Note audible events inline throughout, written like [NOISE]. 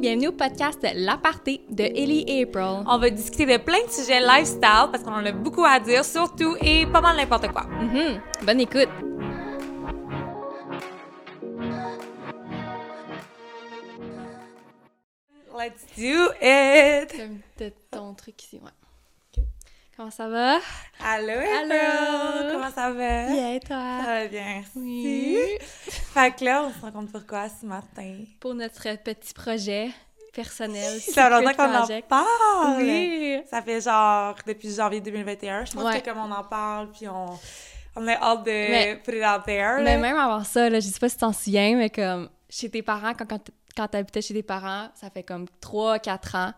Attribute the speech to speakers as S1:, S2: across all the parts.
S1: Bienvenue au podcast L'Aparté de Ellie et April.
S2: On va discuter de plein de sujets lifestyle parce qu'on en a beaucoup à dire, surtout et pas mal n'importe quoi.
S1: Mhm. Bonne écoute!
S2: Let's do it!
S1: Comme de ton truc ici, ouais. Comment ça va?
S2: Allô,
S1: Allô.
S2: Hello! Comment ça va?
S1: Bien,
S2: Ça
S1: toi!
S2: va bien,
S1: Oui.
S2: merci. Fait que là, on se rencontre pour quoi
S1: [LAUGHS]
S2: ce matin?
S1: Pour notre petit projet personnel.
S2: Ça fait longtemps
S1: secret
S2: qu'on en
S1: project.
S2: parle! hein.
S1: Oui!
S2: Ça fait genre depuis janvier 2021. Je pense
S1: Ouais.
S2: que comme on en parle, puis on, on a hâte de
S1: Mais-
S2: put it out there.
S1: Mais
S2: là.
S1: même avant ça, là, je sais pas si t'en souviens, mais comme chez tes parents, quand, quand, quand t'habitais chez tes parents, ça fait comme 3-4 ans.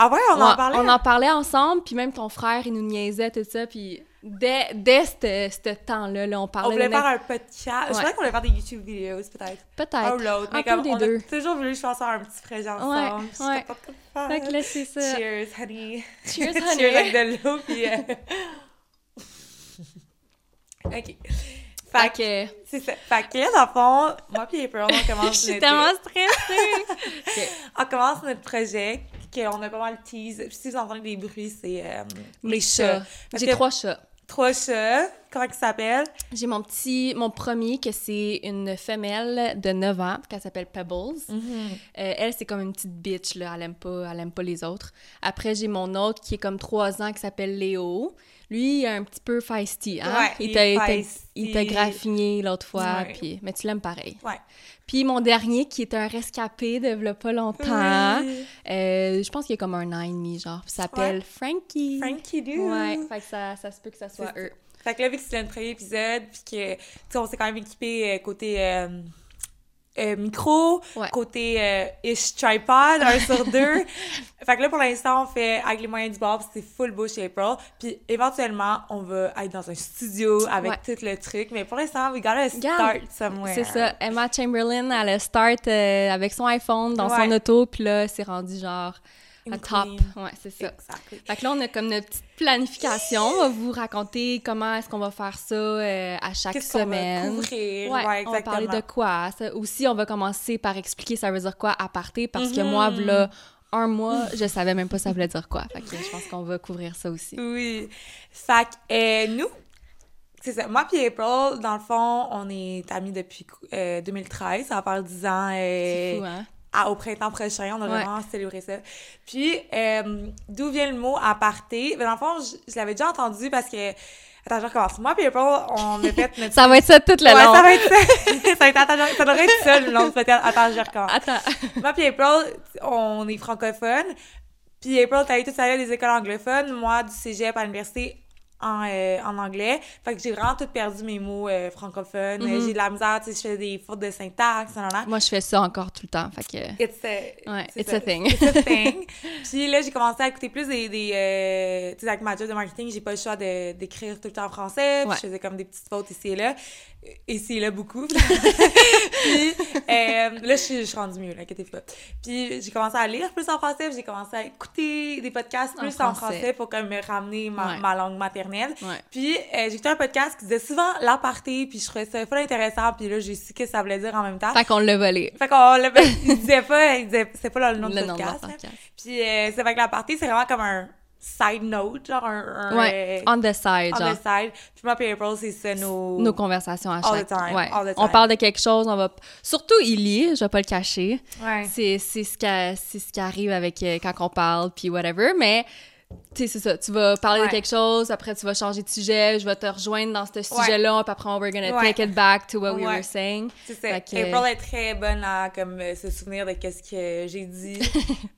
S2: Ah ouais, on
S1: Ouais,
S2: en parlait?
S1: on en parlait ensemble, puis même ton frère, il nous niaisait, tout ça, puis dès, dès ce ce temps-là, là, on
S2: On
S1: parlait
S2: voulait
S1: de
S2: faire un podcast. Je
S1: Ouais.
S2: crois qu'on voulait faire des YouTube videos, peut-être. Un ou
S1: Peut-être.
S2: Oh, l'autre.
S1: un
S2: Mais
S1: peu
S2: comme
S1: des
S2: on
S1: deux.
S2: [LAUGHS] a toujours voulu, je pense, faire un petit projet ensemble.
S1: Ouais,
S2: Je sais
S1: ouais.
S2: pas quoi faire.
S1: Fait que là, c'est ça.
S2: Cheers, honey.
S1: Cheers,
S2: [LAUGHS] Cheers
S1: honey.
S2: avec de l'eau, puis... euh, [LAUGHS] OK. Fait
S1: Fait
S2: que,
S1: que,
S2: c'est ça. Fait que là, dans le fond, moi puis April,
S1: [LAUGHS]
S2: on
S1: je
S2: commence
S1: suis
S2: notre-
S1: tellement
S2: [LAUGHS]
S1: stressée.
S2: On commence notre projet qu'on a pas mal tease. Puis si vous entendez des bruits, c'est... euh, les chats. Parce
S1: J'ai
S2: que-
S1: trois chats.
S2: Trois chats. Comment ils s'appellent?
S1: J'ai mon petit, mon premier, que c'est une femelle de 9 ans, qu'elle s'appelle Pebbles.
S2: Mm.
S1: Euh, elle, c'est comme une petite bitch, là. Elle aime pas, elle aime pas les autres. Après, j'ai mon autre qui est comme 3 ans, qui s'appelle Léo. Lui, il est un petit peu feisty, hein?
S2: Ouais,
S1: il
S2: il
S1: t'a-
S2: est
S1: il t'a-
S2: feisty.
S1: il t'a graffiné l'autre fois,
S2: Ouais.
S1: puis... mais tu l'aimes pareil.
S2: Ouais.
S1: Puis mon dernier, qui est un rescapé de v'là pas longtemps,
S2: Oui.
S1: euh, je pense qu'il est comme un an et demi, genre. Il s'appelle Frankie.
S2: Frankie Doo.
S1: Ouais, fait que ça, ça se peut que ça soit
S2: C'est-
S1: eux.
S2: Fait que là, vu que c'était le premier épisode, puis que, tu sais, on s'est quand même équipé euh, côté euh, euh, micro,
S1: Ouais.
S2: côté euh, ish tripod,
S1: [LAUGHS]
S2: un sur deux. Fait que là, pour l'instant, on fait avec les moyens du bord, puis c'est full beau chez April. Puis éventuellement, on va être dans un studio avec tout le truc. Mais pour l'instant, we gotta
S1: Regarde,
S2: start somewhere.
S1: C'est ça. Emma Chamberlain, elle a start euh, avec son iPhone dans son
S2: Ouais.
S1: auto, puis là, c'est rendu genre
S2: Une
S1: à top.
S2: queen.
S1: Ouais, c'est ça.
S2: Exactly.
S1: Fait que là, on a comme notre petite planification. On va vous raconter comment est-ce qu'on va faire ça euh, à chaque
S2: Qu'est-ce qu'on va
S1: semaine.
S2: couvrir?
S1: Ouais, on va parler de quoi? Ça- aussi, on va commencer par expliquer ça veut dire quoi à parté, parce que
S2: Mhm.
S1: moi, là, un mois, je savais même pas ça voulait dire quoi. Fait que je pense qu'on va couvrir ça aussi.
S2: Oui. Fait que euh, nous, c'est ça. Moi puis April, dans le fond, on est amis depuis euh, 2013. Ça va faire 10 ans.
S1: C'est
S2: euh,
S1: fou, hein?
S2: à- au printemps prochain, on a
S1: Ouais.
S2: vraiment célébré ça. Puis, euh, d'où vient le mot « aparté » Ben, Dans le fond, je, je l'avais déjà entendu parce que... Attends, je recommence. Moi puis April, on a
S1: [LAUGHS]
S2: fait notre...
S1: Ça va être ça tout le
S2: Ouais,
S1: long.
S2: ça va être ça. [LAUGHS] ça, va être- attends, je- ça devrait être ça, le nom du podcast. Attends, je recommence. [LAUGHS]
S1: Attends.
S2: Moi puis April, on est francophones. Puis April, t'as eu toute sa vie des écoles anglophones. Moi, du cégep à l'université en, euh, en anglais. Fait que j'ai vraiment tout perdu mes mots euh, francophones.
S1: Mhm.
S2: J'ai de la misère, tu sais, je fais des fautes de syntaxe, nan, nan, nan.
S1: Moi, je fais ça encore tout le temps. Fait que.
S2: It's a,
S1: Ouais,
S2: c'est
S1: it's
S2: ça.
S1: a
S2: [LAUGHS]
S1: thing.
S2: It's a
S1: [LAUGHS]
S2: thing. Puis là, j'ai commencé à écouter plus des... des euh, tu sais, avec ma job de marketing, j'ai pas le choix de- d'écrire tout le temps en français. Puis
S1: Ouais.
S2: je faisais comme des petites fautes ici et là. Ici et là, beaucoup. [LAUGHS] Puis euh, là, je suis, je suis rendue mieux, là, inquiétez pas. Puis j'ai commencé à lire plus en français. puis j'ai commencé à écouter des podcasts
S1: En
S2: plus en français,
S1: français.
S2: pour comme me ramener ma,
S1: Ouais.
S2: ma langue maternelle.
S1: Ouais.
S2: Puis euh, j'écoutais un podcast qui disait souvent l'aparté, puis je trouvais ça full intéressant, puis là j'ai su ce que ça voulait dire en même temps.
S1: Fait qu'on l'a volé.
S2: Fait qu'on le il disait pas, il disait, c'est pas le nom
S1: Le
S2: du
S1: nom de
S2: podcast.
S1: notre
S2: hein.
S1: podcast.
S2: Puis euh, c'est vrai que la partie, c'est vraiment comme un side note, genre un, un
S1: Ouais.
S2: euh,
S1: On the side,
S2: on
S1: genre.
S2: the side. Puis moi puis April, c'est ça nos...
S1: Nos conversations à chaque
S2: All the time,
S1: Ouais.
S2: all the
S1: On
S2: time.
S1: parle de quelque chose, on va. Surtout Illy, je vais pas le cacher.
S2: Ouais.
S1: C'est c'est ce, qu'a- c'est ce qui arrive avec euh, quand on parle, puis whatever. Mais, tu sais, c'est ça. Tu vas parler
S2: Ouais.
S1: de quelque chose, après tu vas changer de sujet, je vais te rejoindre dans ce sujet-là, puis après on va gonna
S2: Ouais.
S1: take it back to what we
S2: Ouais.
S1: were saying.
S2: C'est ça.
S1: Fait que-
S2: April est très bonne à comme, euh, se souvenir de qu'est-ce que
S1: [LAUGHS]
S2: j'ai dit.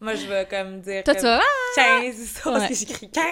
S2: moi, je vais comme dire
S1: Toi,
S2: comme
S1: tu vas. Ah!
S2: 15 histoires, [LAUGHS]
S1: Ouais.
S2: parce que j'écris 15,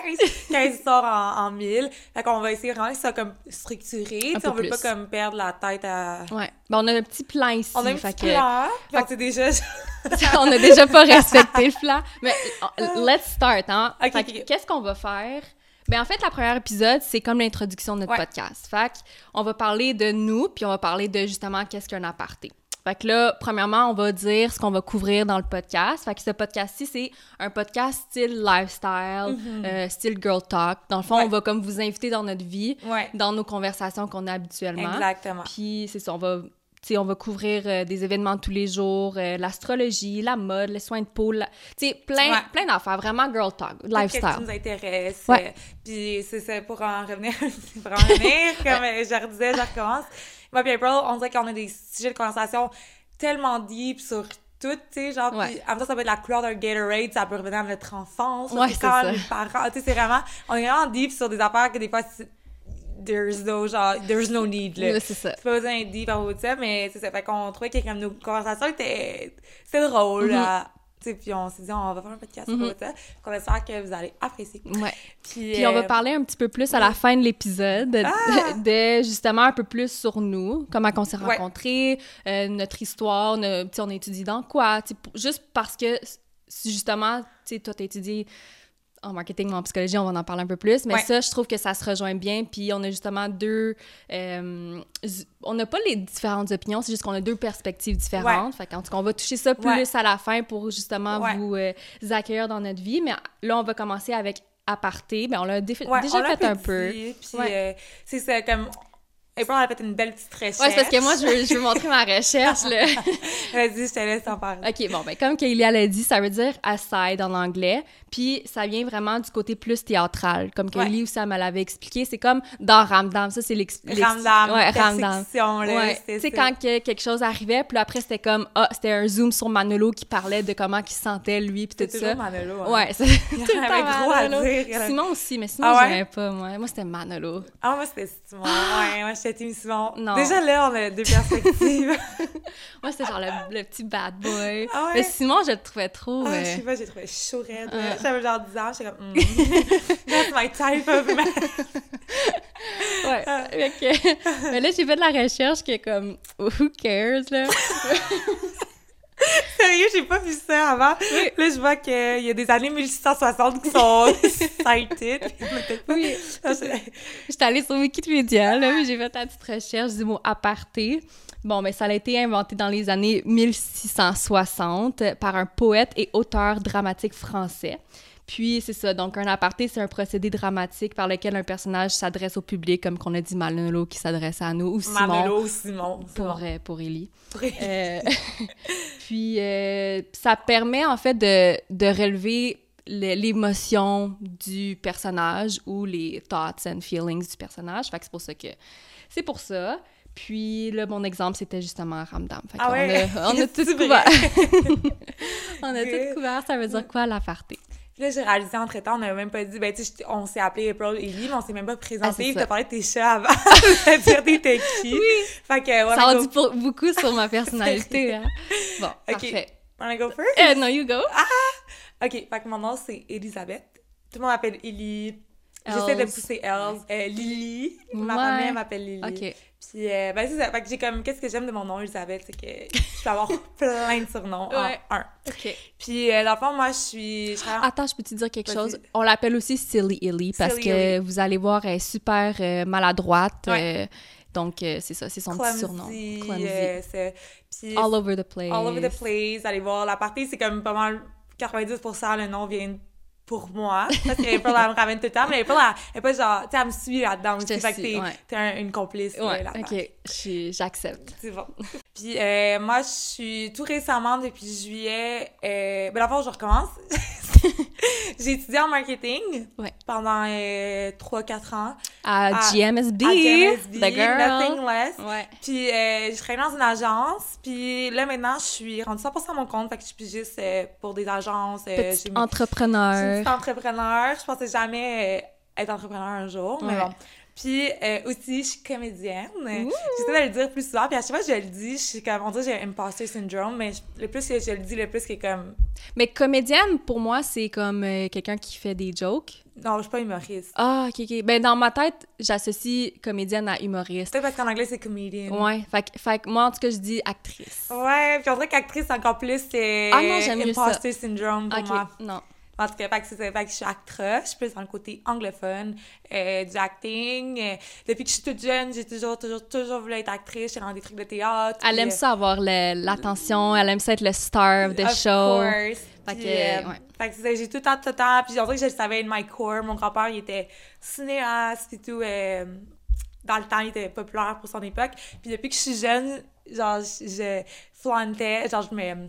S2: 15 histoires en, en 1000. Fait qu'on va essayer vraiment que ce soit comme structuré. Tu sais,
S1: peu
S2: on veut
S1: plus.
S2: pas comme perdre la tête à...
S1: Ouais. Ben, on a un petit plan ici.
S2: On a un
S1: fait
S2: petit
S1: que-
S2: plan, puis on sait déjà...
S1: Ça, on a déjà pas respecté le plan. Mais euh, let's start, hein?
S2: Ah. Ok,
S1: Fait
S2: ok,
S1: que
S2: ok.
S1: Qu'est-ce qu'on va faire? Ben, en fait, la première épisode, c'est comme l'introduction de notre
S2: Ouais.
S1: podcast. Fait que on va parler de nous, puis on va parler de justement qu'est-ce qu'un aparté. Fait que là, premièrement, on va dire ce qu'on va couvrir dans le podcast. Fait que ce podcast-ci, c'est un podcast style lifestyle, euh, style girl talk. Dans le fond,
S2: Mhm. Ouais.
S1: on va comme vous inviter dans notre vie,
S2: Ouais.
S1: dans nos conversations qu'on a habituellement.
S2: [LAUGHS] Exactement.
S1: Puis c'est ça, on va tu Tu sais, on va couvrir euh, des événements de tous les jours, euh, l'astrologie, la mode, les soins de peau, la- tu sais, plein,
S2: Ouais.
S1: plein d'affaires, vraiment girl talk,
S2: Qu'est-ce qui
S1: lifestyle.
S2: nous intéresse.
S1: Ouais.
S2: euh, Puis c'est ça, pour en revenir, [LAUGHS] pour
S1: [LAUGHS]
S2: en revenir, comme euh, je redisais, je recommence. Moi puis April, on dirait qu'on a des sujets de conversation tellement deep sur tout, tu sais, genre,
S1: Ouais.
S2: puis en même temps, ça peut être la couleur d'un Gatorade, ça peut revenir à notre enfance,
S1: Ouais,
S2: c'est
S1: c'est
S2: quand
S1: ça.
S2: les parents, tu sais, c'est vraiment, on est vraiment deep sur des affaires que des fois, c'est- there's no, genre, there's no need, là.
S1: Ouais, c'est ça.
S2: C'est pas besoin d'être deep à propos de ça, mais c'est ça. Fait qu'on trouvait que comme nos conversations étaient. C'était
S1: Mhm.
S2: drôle, là. Tu sais, puis on s'est dit, on va faire un podcast à propos de ça. Qu'on espère que vous allez apprécier.
S1: Ouais.
S2: Puis,
S1: Mhm. Puis on va
S2: euh,
S1: parler un petit peu plus à la fin de l'épisode de-
S2: Ah!
S1: [LAUGHS] de justement un peu plus sur nous, comment on s'est
S2: Ouais.
S1: rencontrés, euh, notre histoire, ne- tu sais, on étudie dans quoi, tu sais, pour- juste parce que si justement, tu sais, toi t'as étudié en marketing, moi en psychologie, on va en parler un peu plus, mais
S2: Ouais.
S1: ça, je trouve que ça se rejoint bien, puis on a justement deux, euh, z- on n'a pas les différentes opinions, c'est juste qu'on a deux perspectives différentes, fait qu'en tout cas, on va toucher ça plus
S2: Ouais.
S1: à la fin pour justement
S2: Ouais.
S1: vous euh, accueillir dans notre vie, mais là, on va commencer avec aparté, ben on l'a défi-
S2: ouais, on
S1: déjà
S2: l'a
S1: fait un
S2: petit,
S1: peu.
S2: Puis
S1: Ouais.
S2: euh, c'est ça, comme. Et puis on a fait une belle petite recherche.
S1: Ouais, c'est parce que moi, je veux,
S2: [LAUGHS]
S1: je veux montrer ma recherche, là.
S2: Vas-y, je te laisse en parler.
S1: OK, bon, ben comme Kaylia l'a dit, ça veut dire « aside » en anglais, puis ça vient vraiment du côté plus théâtral, comme
S2: Ouais.
S1: Kaylee ou Sam elle avait expliqué, c'est comme dans Ramdam, ça, c'est l'ex... l'ex-
S2: Ramdam,
S1: Euh, Ouais, Ramdam.
S2: persécution, là,
S1: Ouais.
S2: c'est
S1: Tu sais,
S2: ça.
S1: quand que- quelque chose arrivait, puis là, après, c'était comme, ah, c'était un zoom sur Manolo qui parlait de comment il se sentait, lui, puis
S2: C'est
S1: tout ça.
S2: toujours Manolo. hein. [LAUGHS]
S1: Ouais, c'est tout
S2: Il y
S1: le
S2: avait
S1: temps
S2: gros à
S1: Manolo.
S2: dire.
S1: Simon aussi, mais Simon,
S2: Ah ouais?
S1: j'aimais pas, moi. Moi, c'était Manolo.
S2: Ah, moi, c'était Simon. Ouais, moi, j'étais Team Simon.
S1: Ah! Non.
S2: Déjà là, on a
S1: [LAUGHS]
S2: deux perspectives.
S1: Moi, c'était genre le, le petit bad boy.
S2: Ah ouais?
S1: Mais Simon, je le trouvais trop...
S2: Ah,
S1: euh,
S2: je sais pas, j'ai trouvé chaud raide.
S1: Ouais.
S2: J'avais genre 10 ans, j'étais
S1: [LAUGHS]
S2: comme, hmm, that's my type of man.
S1: Ouais.
S2: Ah.
S1: [LAUGHS] Fait que- Mais là, j'ai fait de la recherche qui est comme, who cares, là?
S2: [LAUGHS] [LAUGHS] Sérieux, j'ai pas vu ça avant. Là, je vois qu'il y a des années 1660
S1: [LAUGHS]
S2: qui sont cited. [LAUGHS]
S1: Oui.
S2: Ah, c'est-
S1: J'étais allée sur Wikipédia, là, puis j'ai fait la petite recherche du mot aparté. Bon, mais ça a été inventé dans les années 1660 par un poète et auteur dramatique français. Puis, c'est ça, donc un aparté, c'est un procédé dramatique par lequel un personnage s'adresse au public, comme qu'on a dit Manolo qui s'adresse à nous, ou Simon
S2: Manolo, Simon.
S1: pour,
S2: Simon.
S1: euh, pour Élie.
S2: Pour-
S1: Euh, [LAUGHS] puis euh, ça permet en fait de, de relever le- l'émotion du personnage ou les thoughts and feelings du personnage. Fait que c'est pour ça que c'est pour ça. Puis là, mon exemple, c'était justement Ramdam. Fait
S2: Ah
S1: qu'on
S2: ouais?
S1: a,
S2: [LAUGHS]
S1: on a tout
S2: C'est vrai.
S1: couvert. [LAUGHS] on a
S2: Good.
S1: tout couvert. Ça veut dire quoi, la farté?
S2: Puis là, j'ai réalisé entre temps, on n'a même pas dit, ben, tu sais, je- on s'est appelé April et Lee, mais on s'est même pas
S1: Ah, c'est
S2: présenté.
S1: ça.
S2: tu as parlé de tes chats avant. [LAUGHS] C'est-à-dire, t'étais qui? Fait que,
S1: Ça
S2: wanna
S1: en
S2: go,
S1: dit pour- beaucoup sur ma
S2: [LAUGHS]
S1: personnalité. hein. Bon,
S2: Ok.
S1: parfait.
S2: wanna go first?
S1: Eh, no, you go.
S2: OK, fait que mon nom, c'est Elisabeth. Tout le monde m'appelle Ellie. J'essaie
S1: Els.
S2: de pousser Els. Euh, Lily. Ma
S1: Ouais.
S2: famille elle m'appelle Lily.
S1: OK.
S2: Puis, euh, ben, c'est ça. Fait que j'ai comme, qu'est-ce que j'aime de mon nom, Elisabeth, c'est que je
S1: [LAUGHS]
S2: peux avoir plein de surnoms
S1: Ouais.
S2: en un.
S1: OK.
S2: Puis, euh, dans le fond, moi, je suis. Je travaille en-
S1: Attends, je peux te dire quelque
S2: Ah. Vas-y.
S1: chose? On l'appelle aussi Silly Illy parce
S2: Silly
S1: que
S2: Illy.
S1: vous allez voir, elle est super euh, maladroite.
S2: Ouais.
S1: euh, donc, euh, c'est ça, c'est son petit
S2: clumsy.
S1: surnom. Clumsy.
S2: euh, c'est- Puis,
S1: all over the place.
S2: all over the place. Allez voir la partie, c'est comme pas mal 90% le nom vient pour moi. Parce que April, elle me ramène tout le temps, mais April, elle, elle est pas genre, tu sais, elle me suit là-dedans
S1: Je te
S2: aussi. Fait que
S1: suis,
S2: t'es
S1: ouais.
S2: t'es un- une complice euh,
S1: Ouais,
S2: là-dedans.
S1: ok, je suis- j'accepte.
S2: C'est bon. [LAUGHS] Puis euh, moi, je suis tout récemment, depuis juillet, euh, ben d'abord, je recommence. [LAUGHS] J'ai étudié en marketing
S1: Ouais.
S2: pendant euh, 3-4 ans
S1: À,
S2: À-
S1: GMSB,
S2: à JMSB,
S1: the girl.
S2: Nothing Less.
S1: Ouais.
S2: Puis euh, je travaillais dans une agence, puis là, maintenant, je suis rendue 100% à mon compte, fait que je suis pigiste euh, pour des agences. euh,
S1: Petit
S2: j'ai mis- je suis une
S1: entrepreneur.
S2: petite entrepreneur. Je pensais jamais euh, être entrepreneur un jour, mais
S1: Ouais.
S2: bon. Puis euh, aussi, je suis comédienne. J'essaie de le dire plus souvent. Puis à chaque fois que je le dis, je suis comme, on dirait que j'ai imposter syndrome, mais je- le plus que je le dis, le plus que comme,
S1: Mais comédienne, pour moi, c'est comme euh, quelqu'un qui fait des jokes.
S2: non, je suis pas humoriste.
S1: Ah, ok, ok. Ben, dans ma tête, j'associe comédienne à humoriste.
S2: Peut-être parce qu'en anglais, c'est comédienne.
S1: Ouais, fait, que- fait que moi, en tout cas, je dis actrice.
S2: Ouais, puis on dirait qu'actrice, c'est encore plus c'est
S1: Ah non, j'aime mieux ça.
S2: imposter syndrome pour
S1: Ok,
S2: moi.
S1: non.
S2: En tout cas, fait que c'est ça. Fait que je suis actrice, je suis plus dans le côté anglophone euh, du acting. Euh, depuis que je suis toute jeune, j'ai toujours, toujours, toujours voulu être actrice. J'étais dans des trucs de théâtre.
S1: Elle
S2: puis,
S1: aime
S2: euh,
S1: ça avoir le- l'attention, elle aime ça être le star of the
S2: Of
S1: show.
S2: course.
S1: Fait
S2: Puis,
S1: que,
S2: euh,
S1: ouais.
S2: fait que c'est ça, j'ai tout le temps, tout le temps. Puis on dirait que je le savais de my core. Mon grand-père, il était cinéaste et tout. euh, dans le temps, il était populaire pour son époque. Puis depuis que je suis jeune, genre, je, je flauntais, genre, je me.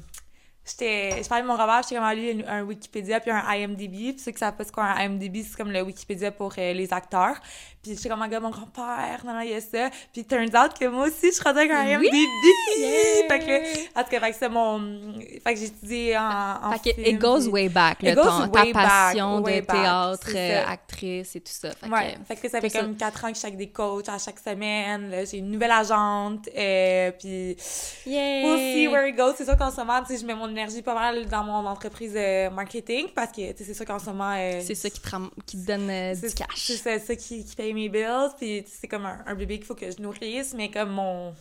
S2: J'étais, je parlais de mon roman, j'étais comme à lui un Wikipédia puis un IMDb. Puis ceux qui savent pas ce qu'est un IMDb, c'est comme le Wikipédia pour euh, les acteurs. Puis j'étais comme, oh my God, mon grand-père, non, non, il y a ça. Puis turns out que moi aussi, je suis rendue avec un
S1: Oui!
S2: IMDb.
S1: Yay!
S2: Fait que là, en tout cas, fait que c'est mon. Fait que j'ai étudié en. en
S1: Fait que
S2: film,
S1: it goes
S2: puis-
S1: way back, là,
S2: It goes
S1: ton-
S2: way
S1: ta
S2: back,
S1: passion
S2: way
S1: de
S2: back,
S1: théâtre,
S2: c'est
S1: euh,
S2: ça.
S1: actrice et tout ça. Fait
S2: Ouais.
S1: que-
S2: Fait que là, ça fait
S1: c'est ça.
S2: comme 4 ans que je suis avec des coachs à chaque semaine. là, J'ai une nouvelle agente. Euh, puis
S1: Yay!
S2: we'll see where it goes. C'est sûr qu'en ce moment, tu sais, je mets mon énergie pas mal dans mon entreprise euh, marketing parce que tu sais, c'est sûr qu'en ce moment. euh,
S1: C'est ça qui te, ram- qui te donne euh, du
S2: c'est-
S1: cash.
S2: C'est ça, ça qui, qui paye mes bills. Puis tu sais, c'est comme un, un bébé qu'il faut que je nourrisse, mais comme mon.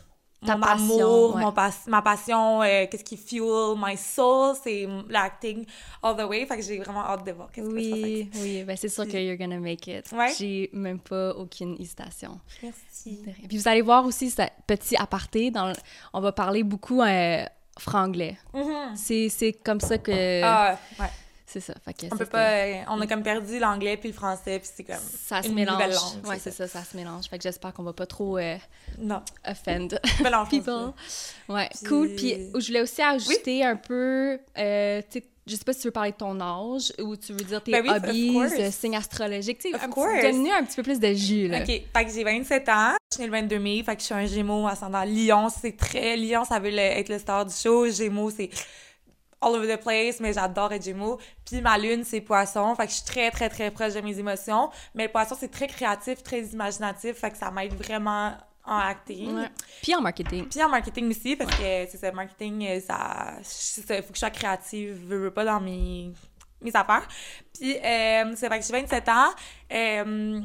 S1: Ta
S2: mon
S1: passion,
S2: amour,
S1: ouais.
S2: mon pas- ma passion, euh, qu'est-ce qui fuel my soul, c'est l'acting all the way. Fait que j'ai vraiment hâte de voir qu'est-ce qui va se passer avec
S1: Oui, oui, ben c'est sûr que you're gonna make it.
S2: Ouais.
S1: J'ai même pas aucune hésitation.
S2: ça. Merci.
S1: De rien. Puis vous allez voir aussi, ça- petit aparté, dans le- on va parler beaucoup euh, franglais.
S2: Mhm.
S1: C'est c'est comme ça que...
S2: Ah, ouais.
S1: Euh, C'est ça. Fait que
S2: On
S1: ça,
S2: peut
S1: c'était-
S2: pas. euh, On a comme perdu l'anglais puis le français puis c'est comme.
S1: Ça se
S2: une
S1: mélange.
S2: nouvelle langue,
S1: ouais,
S2: c'est
S1: c'est ça. ça, se mélange. Fait que j'espère qu'on va pas trop euh, [LAUGHS]
S2: Non. [LAUGHS]
S1: offend
S2: Mélange.
S1: people. Ouais,
S2: Puis-
S1: cool. Puis je voulais aussi ajouter un peu, euh, tu sais, je sais pas si tu veux parler de ton âge ou tu veux dire tes
S2: Ben oui, of
S1: hobbies,
S2: course.
S1: euh, signes astrologiques, tu sais,
S2: Of
S1: un petit-
S2: course.
S1: donne-nous un petit peu plus de jus, là.
S2: Ok, fait que j'ai 27 ans, je suis née le 22 mai, fait que je suis un Gémeaux ascendant Lion, c'est très Lion, ça veut le- être le star du show, Gémeaux c'est all over the place, mais j'adore être Gémeaux. Puis ma lune c'est Poisson, fait que je suis très très très proche de mes émotions, mais le Poisson c'est très créatif, très imaginatif, fait que ça m'aide vraiment en acting.
S1: Ouais. Puis en marketing.
S2: Puis en marketing aussi, parce que c'est ça, marketing, euh, ça, c'est ça, faut que je sois créative, je veux pas dans mes, mes affaires. Puis euh, c'est vrai que j'ai 27 ans, euh,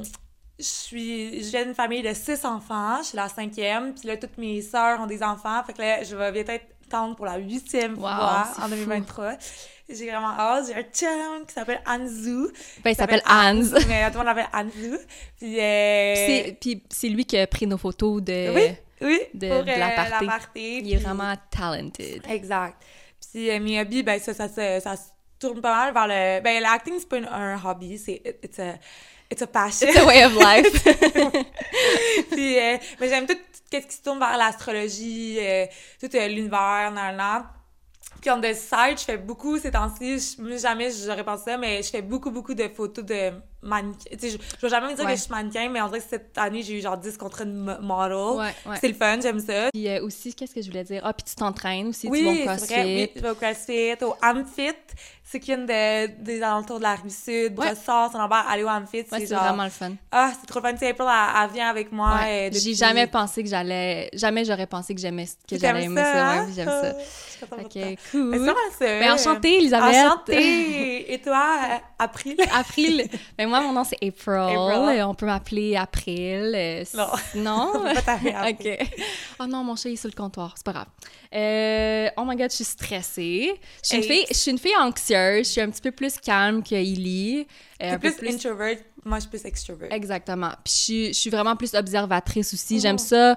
S2: je suis, je viens d'une famille de 6 enfants, je suis la cinquième, puis là, toutes mes sœurs ont des enfants, fait que là, je vais bientôt être tante pour la huitième
S1: Wow,
S2: fois
S1: c'est
S2: en
S1: fou.
S2: 2023. J'ai vraiment hâte, j'ai un chum qui s'appelle Anzu,
S1: Ben, il s'appelle Hans.
S2: mais euh, tout le monde l'appelle Anzu, puis... euh,
S1: C'est- Puis c'est lui qui a pris nos photos de...
S2: Oui, oui,
S1: de-
S2: pour
S1: de
S2: euh,
S1: la
S2: la
S1: partie.
S2: partie,
S1: Il est
S2: puis-
S1: vraiment
S2: [LAUGHS]
S1: talented.
S2: Exact. Puis euh, mes hobbies, ben ça, ça, se- ça se tourne pas mal vers le... Ben l'acting, c'est pas une- un hobby, c'est... It's a, it's a passion.
S1: The way of
S2: [LAUGHS]
S1: life.
S2: Puis, euh, mais j'aime tout ce qui se tourne vers l'astrologie, euh, tout euh, l'univers, nan, nan, nan. Puis on the side, je fais beaucoup ces temps-ci, je- moi, jamais j'aurais pensé ça, mais je fais beaucoup, beaucoup de photos de mannequins. Tu sais, je, je vais jamais me dire
S1: Ouais.
S2: que je suis mannequin, mais on dirait que cette année, j'ai eu genre 10 contrats de mo- model.
S1: ouais, ouais.
S2: C'est le fun, j'aime ça.
S1: Puis euh, aussi, qu'est-ce que je voulais dire? Ah, puis tu t'entraînes aussi, tu vas
S2: Oui,
S1: au
S2: c'est vrai.
S1: CrossFit.
S2: Oui, tu vas au CrossFit, au Amfit. C'est qui une de- des alentours de la rue Sud,
S1: Ouais.
S2: Brossard, Saint-Lambert, aller au Amfit,
S1: Ouais,
S2: c'est
S1: c'est
S2: genre...
S1: vraiment le fun.
S2: Ah, c'est trop fun. Tu sais, April, elle, elle vient avec moi.
S1: Ouais.
S2: euh, depuis-
S1: J'ai jamais pensé que j'allais... Jamais j'aurais pensé que j'aimais que
S2: Puis
S1: j'allais
S2: t'aimes
S1: aimer ça.
S2: hein?
S1: Ouais, oui, j'aime ça.
S2: Ah, je suis contente
S1: Fait
S2: pour toi.
S1: que
S2: Mais c'est
S1: cool.
S2: vraiment ça.
S1: Mais
S2: euh,
S1: enchantée, Elisabeth. Ah,
S2: Enchantée. Et toi, euh, April?
S1: [LAUGHS] April. Mais moi, mon nom, c'est April.
S2: April.
S1: Euh, On peut m'appeler April. euh, s-
S2: Non.
S1: Non?
S2: [LAUGHS] On peut pas t'appeler April.
S1: [LAUGHS] OK. Oh non, mon chat, il est sur le comptoir. C'est pas grave. Euh, oh my God, je suis stressée. Je suis, une
S2: Hey.
S1: fille, je suis une fille anxieuse. Je suis un petit peu plus calme que Illy. Euh,
S2: T'es
S1: un peu
S2: plus, introvert, moi je suis plus extrovert.
S1: Exactement. Puis je, suis- je suis vraiment plus observatrice
S2: Oh.
S1: aussi. J'aime ça.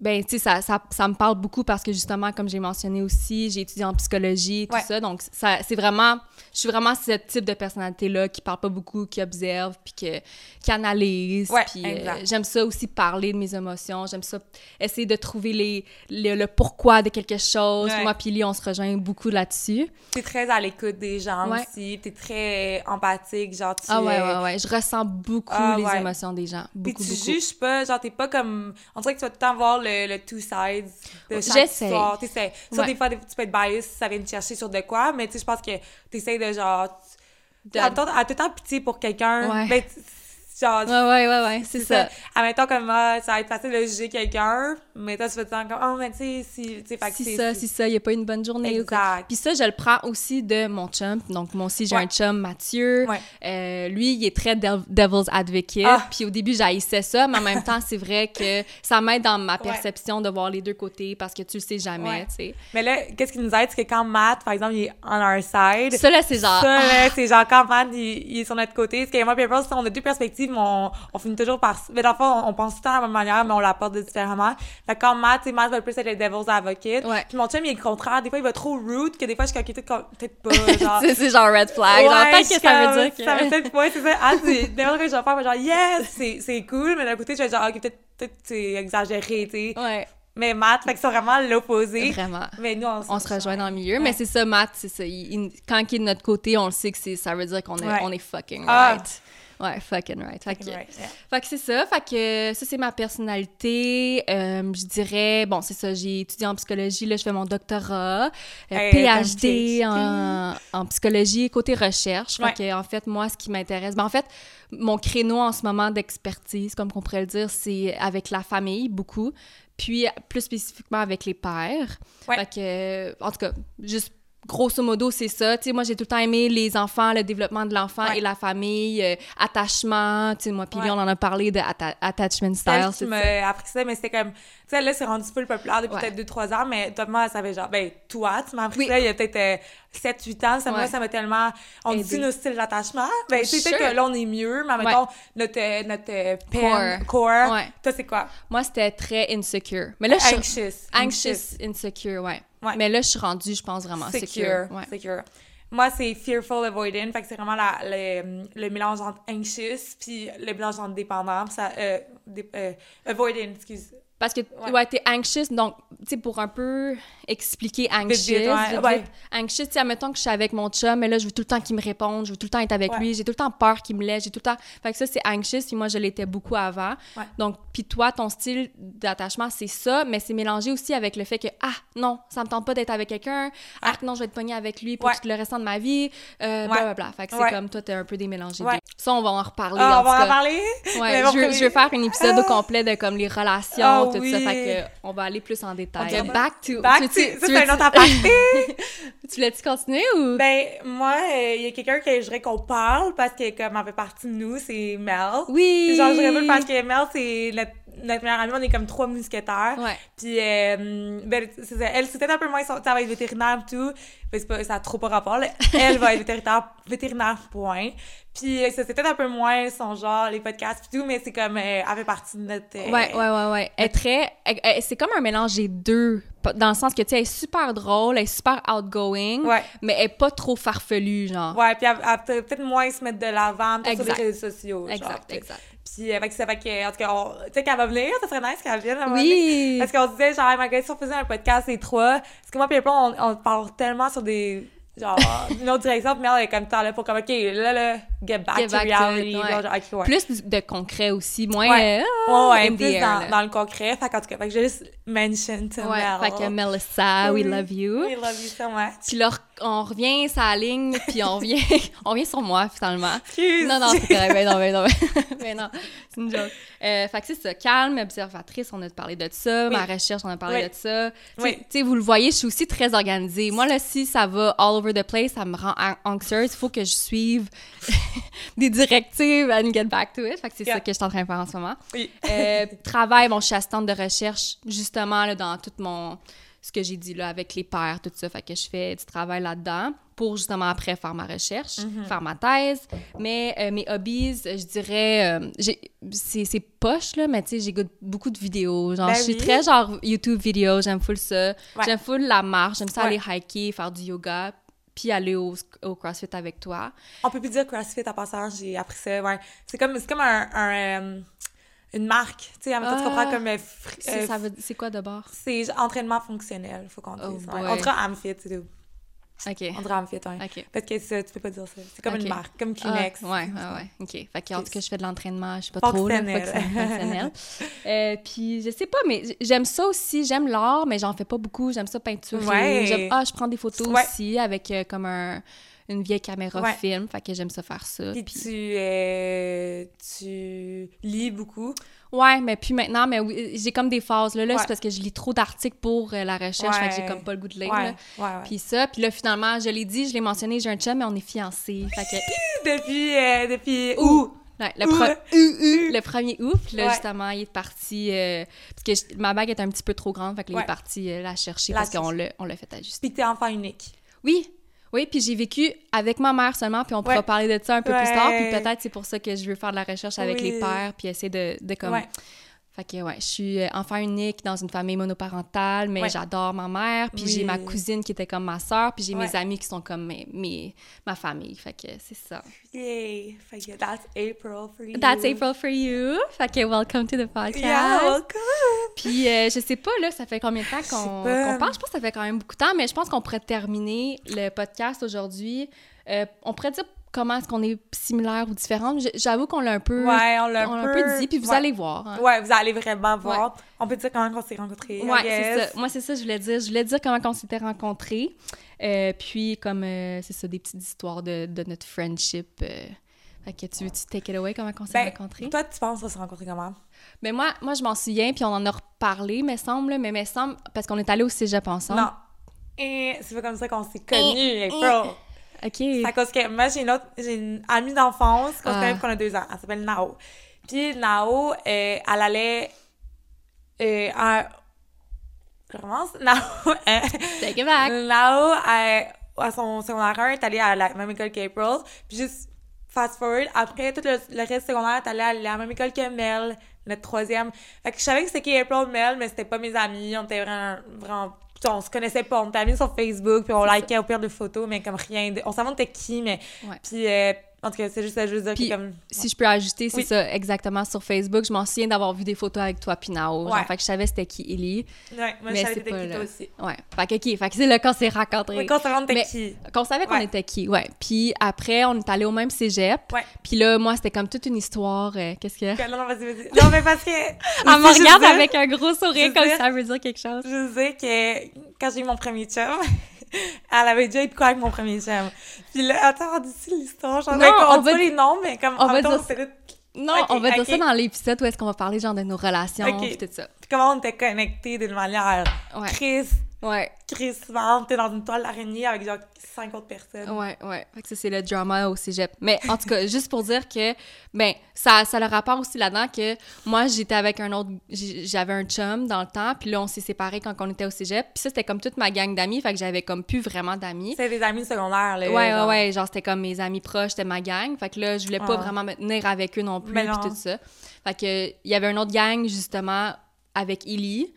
S1: Ben, tu sais, ça, ça, ça me parle beaucoup parce que justement, comme j'ai mentionné aussi, j'ai étudié en psychologie et tout
S2: Ouais.
S1: ça. Donc, ça, c'est vraiment, je suis vraiment ce type de personnalité-là qui parle pas beaucoup, qui observe, puis que, qui analyse.
S2: Ouais,
S1: puis euh,
S2: exact.
S1: j'aime ça aussi parler de mes émotions. J'aime ça essayer de trouver les, le- le pourquoi de quelque chose.
S2: Ouais.
S1: Moi, puis Lee, on se rejoint beaucoup là-dessus.
S2: T'es très à l'écoute des gens
S1: Ouais.
S2: aussi. T'es très empathique, genre tu
S1: Ah ouais,
S2: euh,
S1: ouais, ouais. Je ressens beaucoup
S2: Ah
S1: les
S2: ouais.
S1: émotions des gens.
S2: Puis
S1: Beaucoup,
S2: tu
S1: beaucoup.
S2: juges pas, genre t'es pas comme... On dirait que tu vas tout le temps voir le, le two sides de chaque
S1: J'essaie.
S2: histoire. T'essaies. Sur
S1: Ouais.
S2: des fois, des- tu peux être biased si ça vient te chercher sur de quoi, mais tu sais, je pense que t'essayes de genre...
S1: De-
S2: À, tout- à tout le temps pitié pour quelqu'un.
S1: Ouais.
S2: Ben, tu- genre...
S1: Ouais, ouais, ouais, ouais, c'est ça.
S2: Admettons comme ah, ça va être facile de juger quelqu'un, mais toi tu fais tout le temps comme oh mais tu sais si tu sais fait que
S1: Si
S2: c'est-
S1: ça,
S2: c'est-
S1: si ça, il n'y a pas une bonne journée ou quoi.
S2: exact.
S1: Puis ça, je le prends aussi de mon chum. Donc, moi aussi, j'ai
S2: Ouais.
S1: un chum, Mathieu.
S2: Ouais.
S1: Euh, lui, il est très dev- devil's advocate.
S2: Ah.
S1: Puis au début, j'haïssais ça, mais en même temps, c'est vrai que ça m'aide dans ma
S2: Ouais.
S1: perception de voir les deux côtés parce que tu le sais jamais,
S2: Ouais.
S1: tu sais.
S2: Mais là qu'est-ce qui nous aide c'est que quand Matt par exemple il est on our side.
S1: Ça, là, c'est genre...
S2: Ça,
S1: [LAUGHS]
S2: là, c'est genre quand Matt, il, il est sur notre côté. Parce que moi et April, on a deux perspectives, mais on, on finit toujours par... Mais dans le fond, on pense tout le temps de la même manière, mais on l'apporte de différemment. Fait que quand Matt, tu sais, Matt va plus être le devil's advocate.
S1: Ouais.
S2: Puis mon chum, il est le contraire. Des fois, il va trop rude, que des fois, je suis comme, Ok, peut-être
S1: [LAUGHS]
S2: peut-être pas, genre...
S1: C'est- Ah, c'est genre red flag. genre,
S2: Ouais,
S1: peut-être
S2: je
S1: que
S2: suis
S1: ça veut
S2: comme,
S1: dire que...
S2: Ça veut peut-être, ouais, c'est ça. Ah, c'est n'importe quoi que je vais faire, mais genre, yes, c'est, c'est cool, mais d'un côté, je vais dire, ah, ok, peut-être, peut-être que c'est exagéré, tu
S1: [LAUGHS]
S2: sais.
S1: Ouais.
S2: mais Matt, fait que c'est vraiment l'opposé.
S1: Vraiment.
S2: Mais nous, on,
S1: On se rejoint dans le milieu, mais c'est ça, Matt, c'est ça. Il- il- quand il est de notre côté, on le sait que c'est, ça veut dire qu'on est,
S2: Ouais.
S1: on est fucking
S2: Ah.
S1: right. Ouais, fucking right. Fait que-
S2: Ouais, ouais.
S1: Fait que c'est ça, fait que euh, ça c'est ma personnalité. Euh, je dirais, bon c'est ça, j'ai étudié en psychologie, là je fais mon doctorat, euh,
S2: Hey,
S1: PhD
S2: t'as un
S1: en, en psychologie côté recherche. Fait
S2: Ouais.
S1: que en fait moi ce qui m'intéresse, ben en fait mon créneau en ce moment d'expertise, comme qu'on pourrait le dire, c'est avec la famille beaucoup, puis plus spécifiquement avec les pères.
S2: Ouais.
S1: Fait que euh, en tout cas juste Grosso modo, c'est ça. Tu sais, moi, j'ai tout le temps aimé les enfants, le développement de l'enfant
S2: Ouais.
S1: et la famille, euh, attachement. Tu sais, moi, puis
S2: Ouais.
S1: on en a parlé de atta- attachment style,
S2: Celle qui
S1: c'est
S2: m'a
S1: ça.
S2: appris ça, mais c'était comme... Tu sais, là, c'est rendu full populaire depuis
S1: Ouais.
S2: peut-être 2-3 ans, mais toi, moi, elle savait genre... Ben, toi, tu m'as appris
S1: Oui.
S2: ça il y a peut-être 7-8 ans. Ça, Moi,
S1: Ouais.
S2: ça m'a tellement... On
S1: Aidé.
S2: dit nos styles d'attachement. Ben, tu sais,
S1: Sure.
S2: peut-être que là, on est mieux, mais mettons, notre, euh, notre euh, peine, core.
S1: Ouais.
S2: Toi, c'est quoi?
S1: Moi, c'était très insecure. Mais là, je suis...
S2: Anxious.
S1: Anxious, insecure, ouais.
S2: Ouais.
S1: Mais là, je suis rendue, je pense, vraiment secure.
S2: Secure.
S1: Ouais.
S2: Secure. Moi, c'est fearful avoidant. Fait que c'est vraiment la- le, le mélange entre anxious puis le mélange entre dépendant. puis Ça, euh, dé- euh, avoidant, excuse.
S1: Parce que,
S2: Ouais.
S1: ouais, t'es anxious, donc, tu sais, pour un peu expliquer anxious,
S2: Vite, vite, ouais,
S1: vite,
S2: ouais.
S1: vite, anxious, tu sais, admettons que je suis avec mon chum, mais là, je veux tout le temps qu'il me réponde, je veux tout le temps être avec
S2: Ouais.
S1: lui, j'ai tout le temps peur qu'il me laisse, j'ai tout le temps... Fait que ça, c'est anxious, puis moi, je l'étais beaucoup avant.
S2: Ouais.
S1: Donc, puis toi, ton style d'attachement, c'est ça, mais c'est mélangé aussi avec le fait que, ah, non, ça me tente pas d'être avec quelqu'un, ah, non, je vais être pognée avec lui pour
S2: Ouais.
S1: tout le restant de ma vie, euh, blablabla. Fait que c'est
S2: Ouais.
S1: comme, toi, t'es un peu démélangé.
S2: Ouais.
S1: Ça, on va en reparler, en
S2: Ah, on
S1: tout
S2: va en
S1: cas.
S2: parler? Mais
S1: Ouais,
S2: bon,
S1: je, veux-
S2: premier-
S1: je veux faire un épisode au
S2: Ah.
S1: complet de comme les relations,
S2: Ah
S1: tout
S2: oui.
S1: ça. Fait que on va aller plus en détail.
S2: On dirait-
S1: back to.
S2: Back to- ça, c'est un
S1: [LAUGHS]
S2: autre [LAUGHS] aparté.
S1: tu, tu voulais-tu continuer ou?
S2: ben, moi, euh, il y a quelqu'un que je dirais qu'on parle parce que, comme, elle fait partie de nous, c'est Mel.
S1: oui.
S2: Genre, je révèle parce que Mel, c'est notre, notre meilleure amie, on est comme trois mousquetaires.
S1: Ouais.
S2: Puis, euh, ben, c'est ça. Elle, c'est peut-être un peu moins son. Ça va être vétérinaire et tout. Mais c'est pas, ça a trop pas
S1: [LAUGHS]
S2: rapport. là. Elle va être vétérinaire, vétérinaire point. Puis, euh, ça, c'est peut-être un peu moins son genre, les podcasts et tout, mais c'est comme, euh, elle fait partie de notre. euh,
S1: Ouais, ouais, ouais, ouais. Elle est très. elle- elle- C'est comme un mélange des deux, pa- dans le sens que, tu sais, elle est super drôle, elle est super outgoing,
S2: Ouais.
S1: mais elle est pas trop farfelue, genre.
S2: Ouais, puis elle, elle peut peut-être moins se mettre de l'avant peut-être sur les
S1: Exact.
S2: réseaux sociaux. genre,
S1: exact,
S2: tu sais.
S1: exact.
S2: Puis, euh, fait que ça fait que, en tout cas, on- tu sais, qu'elle va venir, ça serait nice qu'elle vienne. à un moment donné.
S1: Oui.
S2: Ah Parce qu'on se disait, genre, my God, si on faisait un podcast, les trois, parce que moi, puis on, on parle tellement sur des.
S1: [LAUGHS]
S2: Genre, une autre direction, puis merde, elle est comme temps là pour comme, OK, là, là, get back
S1: Get
S2: to
S1: back to it,
S2: reality.
S1: ouais.
S2: genre, OK, ouais.
S1: Plus de concret aussi, moins.
S2: Ouais.
S1: euh,
S2: Ouais, ouais,
S1: in the
S2: plus
S1: air,
S2: dans,
S1: là.
S2: dans le concret. Fait qu'en tout cas, fait que j'ai juste mention to
S1: Ouais,
S2: Mel.
S1: fait que Melissa, we
S2: Oui.
S1: love you.
S2: We love you so much.
S1: Puis là, on revient sa ligne, puis on revient, [LAUGHS] on revient sur moi, finalement.
S2: Excuse.
S1: Non, non, c'est correct. Ben non, ben non.
S2: [LAUGHS]
S1: ben non, c'est une joke. Euh, fait que c'est ça. Calme, observatrice, on a parlé de ça.
S2: Oui.
S1: Ma recherche, on a parlé
S2: Oui.
S1: de ça. Tu
S2: Oui.
S1: sais- tu sais, vous le voyez, je suis aussi très organisée. Moi, là, si ça va all over the place, ça me rend an- anxieuse. Il faut que je suive [LAUGHS] des directives and get back to it. Fait que c'est
S2: Yeah.
S1: ça que je suis en train de faire en ce moment.
S2: [LAUGHS] Oui.
S1: Euh, travail, bon, je suis assistante de recherche, justement, là, dans tout mon... ce que j'ai dit, là, avec les pairs, tout ça. Fait que je fais du travail là-dedans pour, justement, après, faire ma recherche,
S2: Mhm.
S1: faire ma thèse. Mais euh, mes hobbies, euh, je dirais... euh, j'ai- c'est c'est poche, là, mais tu sais, j'écoute beaucoup de vidéos. Genre,
S2: Ben
S1: je suis
S2: oui.
S1: très, genre, YouTube vidéo, j'aime full ça. J'aime full la marche, j'aime ça
S2: Ouais.
S1: aller hiker, faire du yoga, puis aller au, au CrossFit avec toi.
S2: On peut plus dire CrossFit à passant, j'ai appris ça. Ouais. C'est comme, c'est comme un, un, euh, une marque. Tu sais, en même temps, tu
S1: Ah.
S2: comprends comme. euh, fri-
S1: C'est
S2: euh,
S1: ça veut- c'est quoi de bord?
S2: C'est genre entraînement fonctionnel, faut qu'on dise.
S1: Oh
S2: ouais.
S1: boy.
S2: On dira Amfit, c'est tout.
S1: OK.
S2: On dira Amfit, ouais.
S1: OK.
S2: Parce que ça, tu peux pas dire ça. C'est comme
S1: Ok.
S2: une marque, comme
S1: Ah,
S2: Kleenex.
S1: ouais, ouais, ouais. OK. Fait que, en tout cas, je fais de l'entraînement, je suis pas
S2: Fonctionnel.
S1: trop là, fonctionnel, fonctionnel.
S2: [LAUGHS]
S1: Euh, puis je sais pas, mais j- j'aime ça aussi, j'aime l'art, mais j'en fais pas beaucoup, j'aime ça peinturer.
S2: Ouais.
S1: J'aime- Ah, je prends des photos
S2: Ouais.
S1: aussi avec euh, comme un- une vieille caméra
S2: Ouais.
S1: film, fait que j'aime ça faire ça.
S2: Puis
S1: puis-
S2: tu, euh, tu lis beaucoup.
S1: Ouais, mais puis maintenant, mais oui, j'ai comme des phases là, là,
S2: Ouais.
S1: c'est parce que je lis trop d'articles pour euh, la recherche, fait que j'ai
S2: Ouais.
S1: comme pas le goût de
S2: Ouais,
S1: lire.
S2: ouais,
S1: là.
S2: ouais.
S1: Puis ça, puis là finalement, je l'ai dit, je l'ai mentionné, j'ai un chum, mais on est fiancés. Fait que
S2: Depuis, euh, depuis euh,
S1: Ouh.
S2: où?
S1: Ouais, le,
S2: Ouh,
S1: pro-
S2: là.
S1: Ouh, ouh, le premier ouf, là,
S2: Ouais.
S1: justement, il est parti. euh, parce que je- ma bague est un petit peu trop grande, fait que là, il
S2: Ouais.
S1: est parti euh, la chercher
S2: La
S1: parce qu'on
S2: chercher.
S1: l'a, on l'a fait ajuster.
S2: Puis t'es enfant unique.
S1: Oui, oui, puis j'ai vécu avec ma mère seulement, puis on pourra
S2: Ouais.
S1: parler de ça un peu plus tard. Puis
S2: Ouais.
S1: peut-être c'est pour ça que je veux faire de la recherche avec
S2: Oui.
S1: les pères, puis essayer de, de comme,
S2: Ouais.
S1: Fait que, ouais, je suis euh, enfant unique dans une famille monoparentale, mais
S2: Ouais.
S1: j'adore ma mère, puis j'ai
S2: Oui.
S1: ma cousine qui était comme ma sœur, puis j'ai mes
S2: Ouais.
S1: amis qui sont comme mes, mes- ma famille. Fait que c'est ça.
S2: Yay! Fait que that's April for you.
S1: That's April for you. Fait que welcome to the podcast.
S2: Yeah, welcome!
S1: Puis euh, je sais pas, là, ça fait combien de temps qu'on
S2: sais pas.
S1: qu'on parle? Je pense que ça fait quand même beaucoup de temps, mais je pense qu'on pourrait terminer le podcast aujourd'hui. Euh, on pourrait dire comment est-ce qu'on est similaires ou différentes. J- J'avoue qu'on l'a un peu,
S2: Ouais, on
S1: on
S2: l'a
S1: l'a un peu dit, puis vous
S2: ouais.
S1: allez voir. hein.
S2: Ouais, vous allez vraiment voir. On peut dire comment on s'est rencontrés. I
S1: Ouais, c'est
S2: guess.
S1: ça. Moi, c'est ça, je voulais dire. Je voulais dire comment on s'était rencontrés. Euh, puis, comme, euh, c'est ça, des petites histoires de, de notre friendship. euh. Fait que tu veux-tu take it away, comment on s'est
S2: Ben,
S1: rencontrés?
S2: Toi, tu penses qu'on s'est rencontrés comment?
S1: Mais moi, moi je m'en souviens, puis on en a reparlé, me semble, là, mais me semble, parce qu'on est allé au cégep ensemble.
S2: Non. Et c'est pas comme ça qu'on s'est connus, April.
S1: OK.
S2: C'est à cause que moi, j'ai une autre, j'ai une amie d'enfance qu'on
S1: Ah.
S2: se connaît depuis qu'on a deux ans. Elle s'appelle Nao. Puis Nao, euh, elle allait euh, à... Je [LAUGHS] recommence? Nao, euh,
S1: Take it back.
S2: Là-haut, à, à son secondaire 1, elle est allée à la même école qu'April. Puis juste fast forward, après tout le, le reste secondaire, elle est allée à la même école que Mel, notre troisième. Fait que je savais que c'était qui April Mel, mais c'était pas mes amis. On était vraiment. vraiment tu sais, on se connaissait pas, on était amis sur Facebook, puis on
S1: C'est
S2: likait au pire de photos, mais comme rien. De... On savait on était qui, mais.
S1: Ouais.
S2: Puis, euh, en tout cas, c'est juste ça, je veux dire
S1: Puis,
S2: que comme.
S1: Si je peux ajouter, c'est
S2: Oui.
S1: ça, exactement, sur Facebook, je m'en souviens d'avoir vu des photos avec toi, Pinao.
S2: Ouais.
S1: Fait que je savais c'était qui, Ellie.
S2: Ouais, moi, je
S1: mais c'est
S2: savais t'étais
S1: pas
S2: qui, toi
S1: là.
S2: aussi.
S1: Ouais. Fait que, OK, fait que c'est là qu'on s'est rencontrés.
S2: Mais quand on s'est rendu, t'es
S1: Mais-
S2: qui?
S1: Qu'on savait qu'on
S2: Ouais.
S1: était qui, ouais. Puis après, on est allé au même cégep. [LAUGHS]
S2: Ouais.
S1: Puis là, moi, c'était comme toute une histoire. euh, Qu'est-ce que...
S2: Non, non, vas-y, vas-y. Non, mais parce que.
S1: Elle me
S2: Je veux
S1: regarde
S2: dire-
S1: avec un gros sourire
S2: je
S1: comme
S2: veux dire-
S1: ça veut dire quelque chose.
S2: Je sais que quand j'ai eu mon premier chum, [LAUGHS] elle avait déjà eu de quoi avec mon premier chum. Puis là, attends, on dit-tu l'histoire? Genre,
S1: Non,
S2: ben, on,
S1: on
S2: dit
S1: va
S2: pas
S1: di-
S2: les noms, mais comme,
S1: on va
S2: mettons,
S1: dire-
S2: c'est là-
S1: Non,
S2: Ok,
S1: on va dire
S2: ok.
S1: ça dans l'épisode où est-ce qu'on va parler genre de nos relations
S2: Ok.
S1: puis tout ça.
S2: puis comment on était connectés d'une manière
S1: Ouais.
S2: Chris,
S1: Ouais,
S2: Chris, on était dans une toile d'araignée avec genre cinq autres personnes.
S1: ouais, ouais. Fait que ça, c'est le drama au cégep. Mais en tout cas, [LAUGHS] juste pour dire que, ben, ça, ça a le rapport aussi là-dedans que moi, j'étais avec un autre, j'ai- j'avais un chum dans le temps, puis là, on s'est séparés quand on était au cégep. Puis ça, c'était comme toute ma gang d'amis, fait que j'avais comme plus vraiment d'amis.
S2: C'était des amis secondaires, là.
S1: Ouais, ouais,
S2: genre.
S1: ouais. Genre, c'était comme mes amis proches, c'était ma gang. Fait que là, je voulais pas
S2: Ah.
S1: vraiment me tenir avec eux non plus,
S2: Ben
S1: puis
S2: non.
S1: tout ça. Fait que, il y avait une autre gang, justement, avec Illy.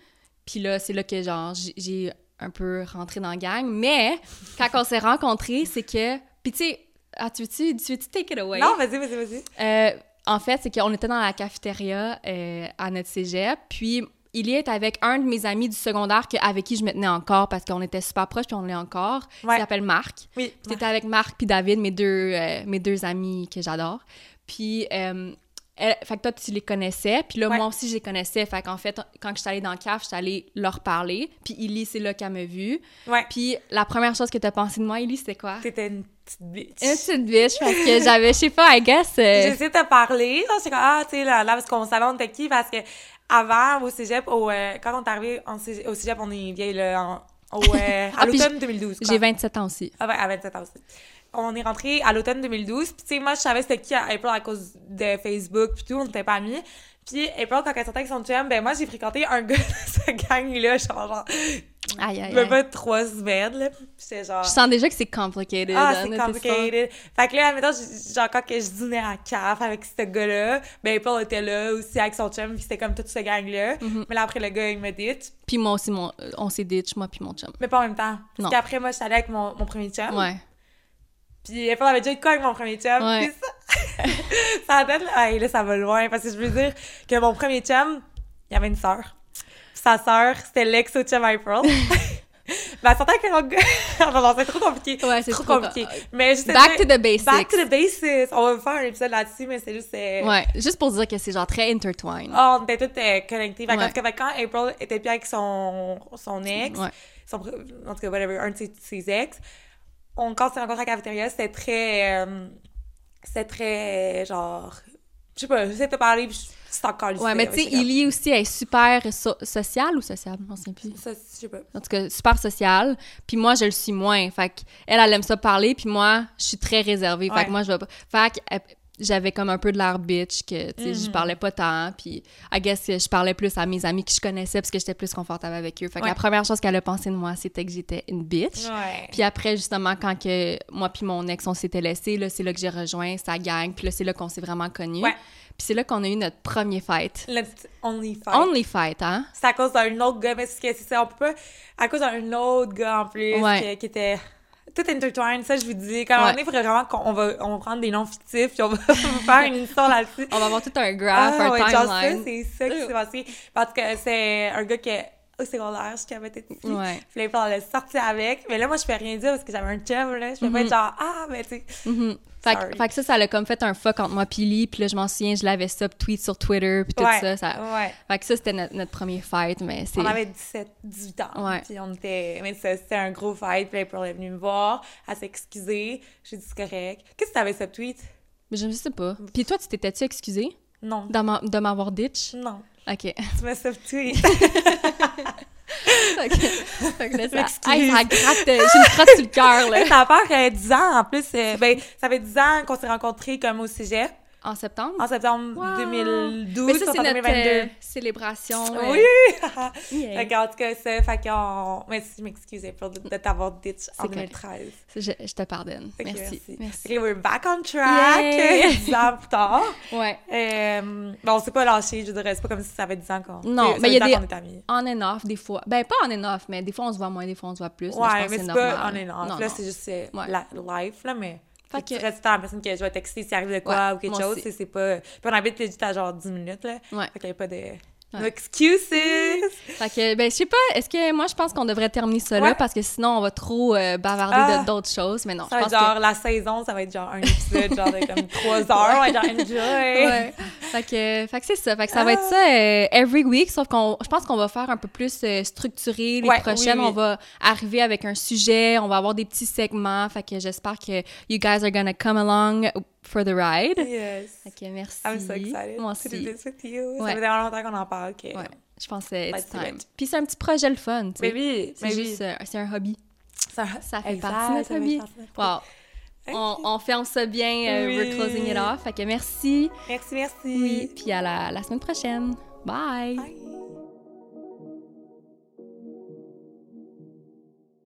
S1: Puis là, c'est là que, genre, j'ai- j'ai un peu rentré dans la gang. Mais, quand on s'est rencontrés, c'est que... Puis tu sais... Ah, tu veux-tu tu veux-tu take it away?
S2: Non, vas-y, vas-y, vas-y.
S1: Euh, en fait, c'est qu'on était dans la cafétéria euh, à notre cégep, puis il est avec un de mes amis du secondaire que- avec qui je me tenais encore parce qu'on était super proches, puis on l'est encore.
S2: Ouais.
S1: Il s'appelle Marc.
S2: Oui.
S1: Puis T'étais avec Marc puis David, mes deux, euh, mes deux amis que j'adore. Puis, euh, elle- fait que toi, tu les connaissais. Puis là,
S2: Ouais.
S1: moi aussi, je les connaissais. Fait qu'en fait, quand je suis allée dans le CAF, je suis allée leur parler. Puis Illy, c'est là qu'elle m'a vue.
S2: Ouais.
S1: Puis la première chose que t'as pensé de moi, Illy, c'était quoi?
S2: T'étais une petite bitch.
S1: Une petite bitch, parce que j'avais, je sais pas, I guess... euh,
S2: J'essaie de te parler. Genre, j'étais comme, ah, tu sais, là, là, parce qu'on savait on était qui, parce que avant, au cégep, au, euh, quand on est arrivé en cégep- au cégep, on est vieille, là, en- au,
S1: [LAUGHS]
S2: euh, à
S1: Ah, puis
S2: l'automne 2012. quoi.
S1: J'ai 27 ans aussi.
S2: Ah ouais, à 27 ans aussi. On est rentré à l'automne 2012. Puis, tu sais, moi, je savais c'était qui à April à cause de Facebook, puis tout, on n'était pas amis. Puis, April, quand elle sortait avec son chum, ben, moi, j'ai fréquenté un [LAUGHS] gars de cette gang-là, genre, genre,
S1: Aïe, aïe,
S2: même
S1: aïe.
S2: pas trois semaines, là. Puis, j'étais genre.
S1: Je sens déjà que c'est complicated.
S2: Ah,
S1: hein,
S2: c'est
S1: notre histoire.
S2: complicated. Fait que là, admettons, j- genre, quand que je dînais à CAF avec ce gars-là, ben, Paul était là aussi avec son chum, puis c'était comme toute ce gang-là.
S1: Mhm.
S2: Mais là, après, le gars, il me dit,
S1: Puis moi aussi, mon, euh, on s'est ditch, moi puis mon chum.
S2: mais pas en même temps.
S1: Non.
S2: Parce qu'après, moi, je suis allée avec mon, mon premier chum.
S1: Ouais.
S2: Puis Paul avait déjà eu de quoi avec mon premier chum.
S1: Ouais.
S2: Puis ça, [LAUGHS] ça donne. Hey, là, ça va loin. Parce que je veux dire que mon premier chum, il avait une sœur. Puis Sa sœur, c'était l'ex au
S1: [LAUGHS]
S2: chum April. [LAUGHS] Ben, elle sortait avec un autre gars. [LAUGHS] Enfin, non, c'est trop compliqué.
S1: Ouais, c'est
S2: trop,
S1: trop
S2: compliqué. Mais juste
S1: Back to the basics.
S2: Back to the basics. On va faire un épisode là-dessus, mais c'est juste. euh,
S1: Ouais, juste pour dire que c'est genre très intertwined.
S2: ah, on était toutes euh, connectées. Fait que,
S1: Ouais.
S2: en tout cas, fait que quand April était plus avec son, son ex,
S1: Ouais.
S2: son, pr- en tout cas, whatever, un de ses, ses ex, on, quand on s'est rencontrés à la cafétéria, c'était très. euh, c'était très. euh, genre. Je sais pas, j'essaie de te parler, puis je- c'est encore
S1: Ouais, mais tu sais,
S2: il
S1: Illy aussi elle est super so- sociale ou sociable, je m'en souviens plus.
S2: Ça, je sais pas.
S1: En tout cas, super sociale. Puis moi, je le suis moins. Fait que elle, elle aime ça parler. Puis moi, je suis très réservée. Fait
S2: Ouais.
S1: que moi, je vais pas. Fait que, euh, j'avais comme un peu de l'air bitch que tu sais
S2: Mm-hmm.
S1: j'y parlais pas tant puis I guess que je parlais plus à mes amis que je connaissais parce que j'étais plus confortable avec eux fait que
S2: Ouais.
S1: la première chose qu'elle a pensé de moi c'était que j'étais une bitch
S2: Ouais.
S1: puis après justement quand que moi puis mon ex on s'était laissé là c'est là que j'ai rejoint sa gang puis là c'est là qu'on s'est vraiment connus
S2: Ouais.
S1: puis c'est là qu'on a eu notre premier fight
S2: Le petit only fight.
S1: only fight hein
S2: C'est à cause d'un autre gars, mais c'est que c'est ça, on peut pas. À cause d'un autre gars en plus,
S1: Ouais.
S2: que- qui était tout intertwined, ça je vous dis. Quand
S1: Ouais.
S2: on est vraiment, qu'on- on va, on va prendre des noms fictifs, puis on va [LAUGHS] faire une histoire là-dessus. Ah,
S1: on va avoir tout un graph un
S2: ouais, genre ça,
S1: timeline
S2: c'est ça qui s'est passé. Parce que c'est un gars qui est au secondaire, je avait été ici.
S1: Ouais.
S2: Puis là, on l'a sorti avec. Mais là, moi, je peux rien dire parce que j'avais un chum, là. Je peux pas être genre, ah, mais tu sais.
S1: Mhm. Mm-hmm. Fait,
S2: Sorry.
S1: que, fait que ça, ça l'a comme fait un fuck entre moi pis lui, puis là, je m'en souviens, je l'avais sub tweet sur Twitter, puis tout
S2: ouais,
S1: ça, ça.
S2: Ouais.
S1: Fait que ça, c'était notre, notre premier fight, mais c'est...
S2: On avait 17, 18 ans.
S1: Ouais.
S2: Puis on était. Mais ça, c'était un gros fight. Puis April est venue me voir. Elle s'est excusée. J'ai dit, c'est correct. Qu'est-ce que t'avais ce tweet?
S1: Mais Je sais pas. Puis toi, tu t'étais-tu excusée
S2: Non.
S1: de m'a- de m'avoir ditch?
S2: Non.
S1: OK. [LAUGHS]
S2: Tu m'as subtweet. [LAUGHS]
S1: Fait que- fait que là, ça,
S2: M'excuse.
S1: Hey, ça gratte, euh, j'ai une crotte sur le cœur, là.
S2: Ça a fait euh, 10 ans en plus. euh, ben, ça fait 10 ans qu'on s'est rencontrés comme au cégep.
S1: En septembre?
S2: En septembre
S1: Wow.
S2: 2012,
S1: Mais ça,
S2: soit
S1: c'est
S2: en
S1: notre
S2: 2022.
S1: euh, célébration. euh,
S2: Oui! [LAUGHS]
S1: yeah.
S2: Fait que, en tout cas, ça, fait qu'on... Mais si, je m'excuse pour de, de t'avoir ditch en
S1: correct.
S2: 2013.
S1: Je, je te pardonne.
S2: Fait que
S1: merci. Merci.
S2: Ok, we're back on [LAUGHS] track!
S1: Yay!
S2: 10 ans plus tard.
S1: Ouais.
S2: Euh, ben, on s'est pas lâché, je dirais. C'est pas comme si ça fait 10 ans qu'on...
S1: Non,
S2: ça
S1: mais
S2: fait
S1: il y a
S2: 10 ans
S1: des-
S2: qu'on est amis.
S1: On and off, des fois. Ben, pas on and off, mais des fois, on se voit moins, des fois, on se voit plus. mais je
S2: Ouais,
S1: pense
S2: mais
S1: que
S2: c'est
S1: normal.
S2: pas on et
S1: Non,
S2: off. Là,
S1: non.
S2: c'est juste c'est
S1: Ouais.
S2: la life, là, mais...
S1: Fait
S2: Fait que... Tu
S1: que-
S2: restes à la personne que je vais texter s'il arrive de quoi
S1: Ouais,
S2: ou quelque
S1: moi
S2: chose,
S1: aussi.
S2: c'est- c'est pas... Puis on habite legit à genre 10 minutes, là.
S1: Ouais.
S2: Fait qu'il y a pas de... No excuses!
S1: Fait que, ben, je sais pas, est-ce que moi, je pense qu'on devrait terminer ça là
S2: Ouais.
S1: parce que sinon, on va trop euh, bavarder
S2: Ah.
S1: de d'autres choses, mais non,
S2: Ça va
S1: je pense
S2: être genre la saison, ça va être genre un épisode genre de
S1: [LAUGHS]
S2: comme trois heures, on va être genre
S1: que.
S2: enjoy.
S1: Ouais. Fait que, fait que c'est ça. Fait que ça va
S2: Ah.
S1: être ça euh, every week, sauf qu'on, je pense qu'on va faire un peu plus euh, structuré les
S2: Ouais,
S1: prochaines.
S2: oui, oui.
S1: On va arriver avec un sujet, on va avoir des petits segments. Fait que j'espère que you guys are gonna come along for the ride.
S2: Yes.
S1: Fait que merci.
S2: I'm so excited
S1: Moi
S2: to do
S1: aussi.
S2: this with you. Ça
S1: Ouais.
S2: fait tellement longtemps qu'on en parle que.
S1: Ouais. Je pense que it's
S2: Let's do
S1: time.
S2: it.
S1: Puis c'est un petit projet le fun, tu
S2: Mais
S1: sais.
S2: oui,
S1: C'est
S2: mais oui.
S1: juste, euh, c'est un hobby.
S2: Ça,
S1: Ça fait
S2: Exact,
S1: partie de notre
S2: ça fait
S1: hobby.
S2: partie de notre
S1: Wow.
S2: hobby.
S1: On, on ferme ça bien. euh,
S2: Oui.
S1: We're closing it off. Fait que merci.
S2: Merci, merci.
S1: Oui. Puis à la, la semaine prochaine. Bye.
S2: Bye.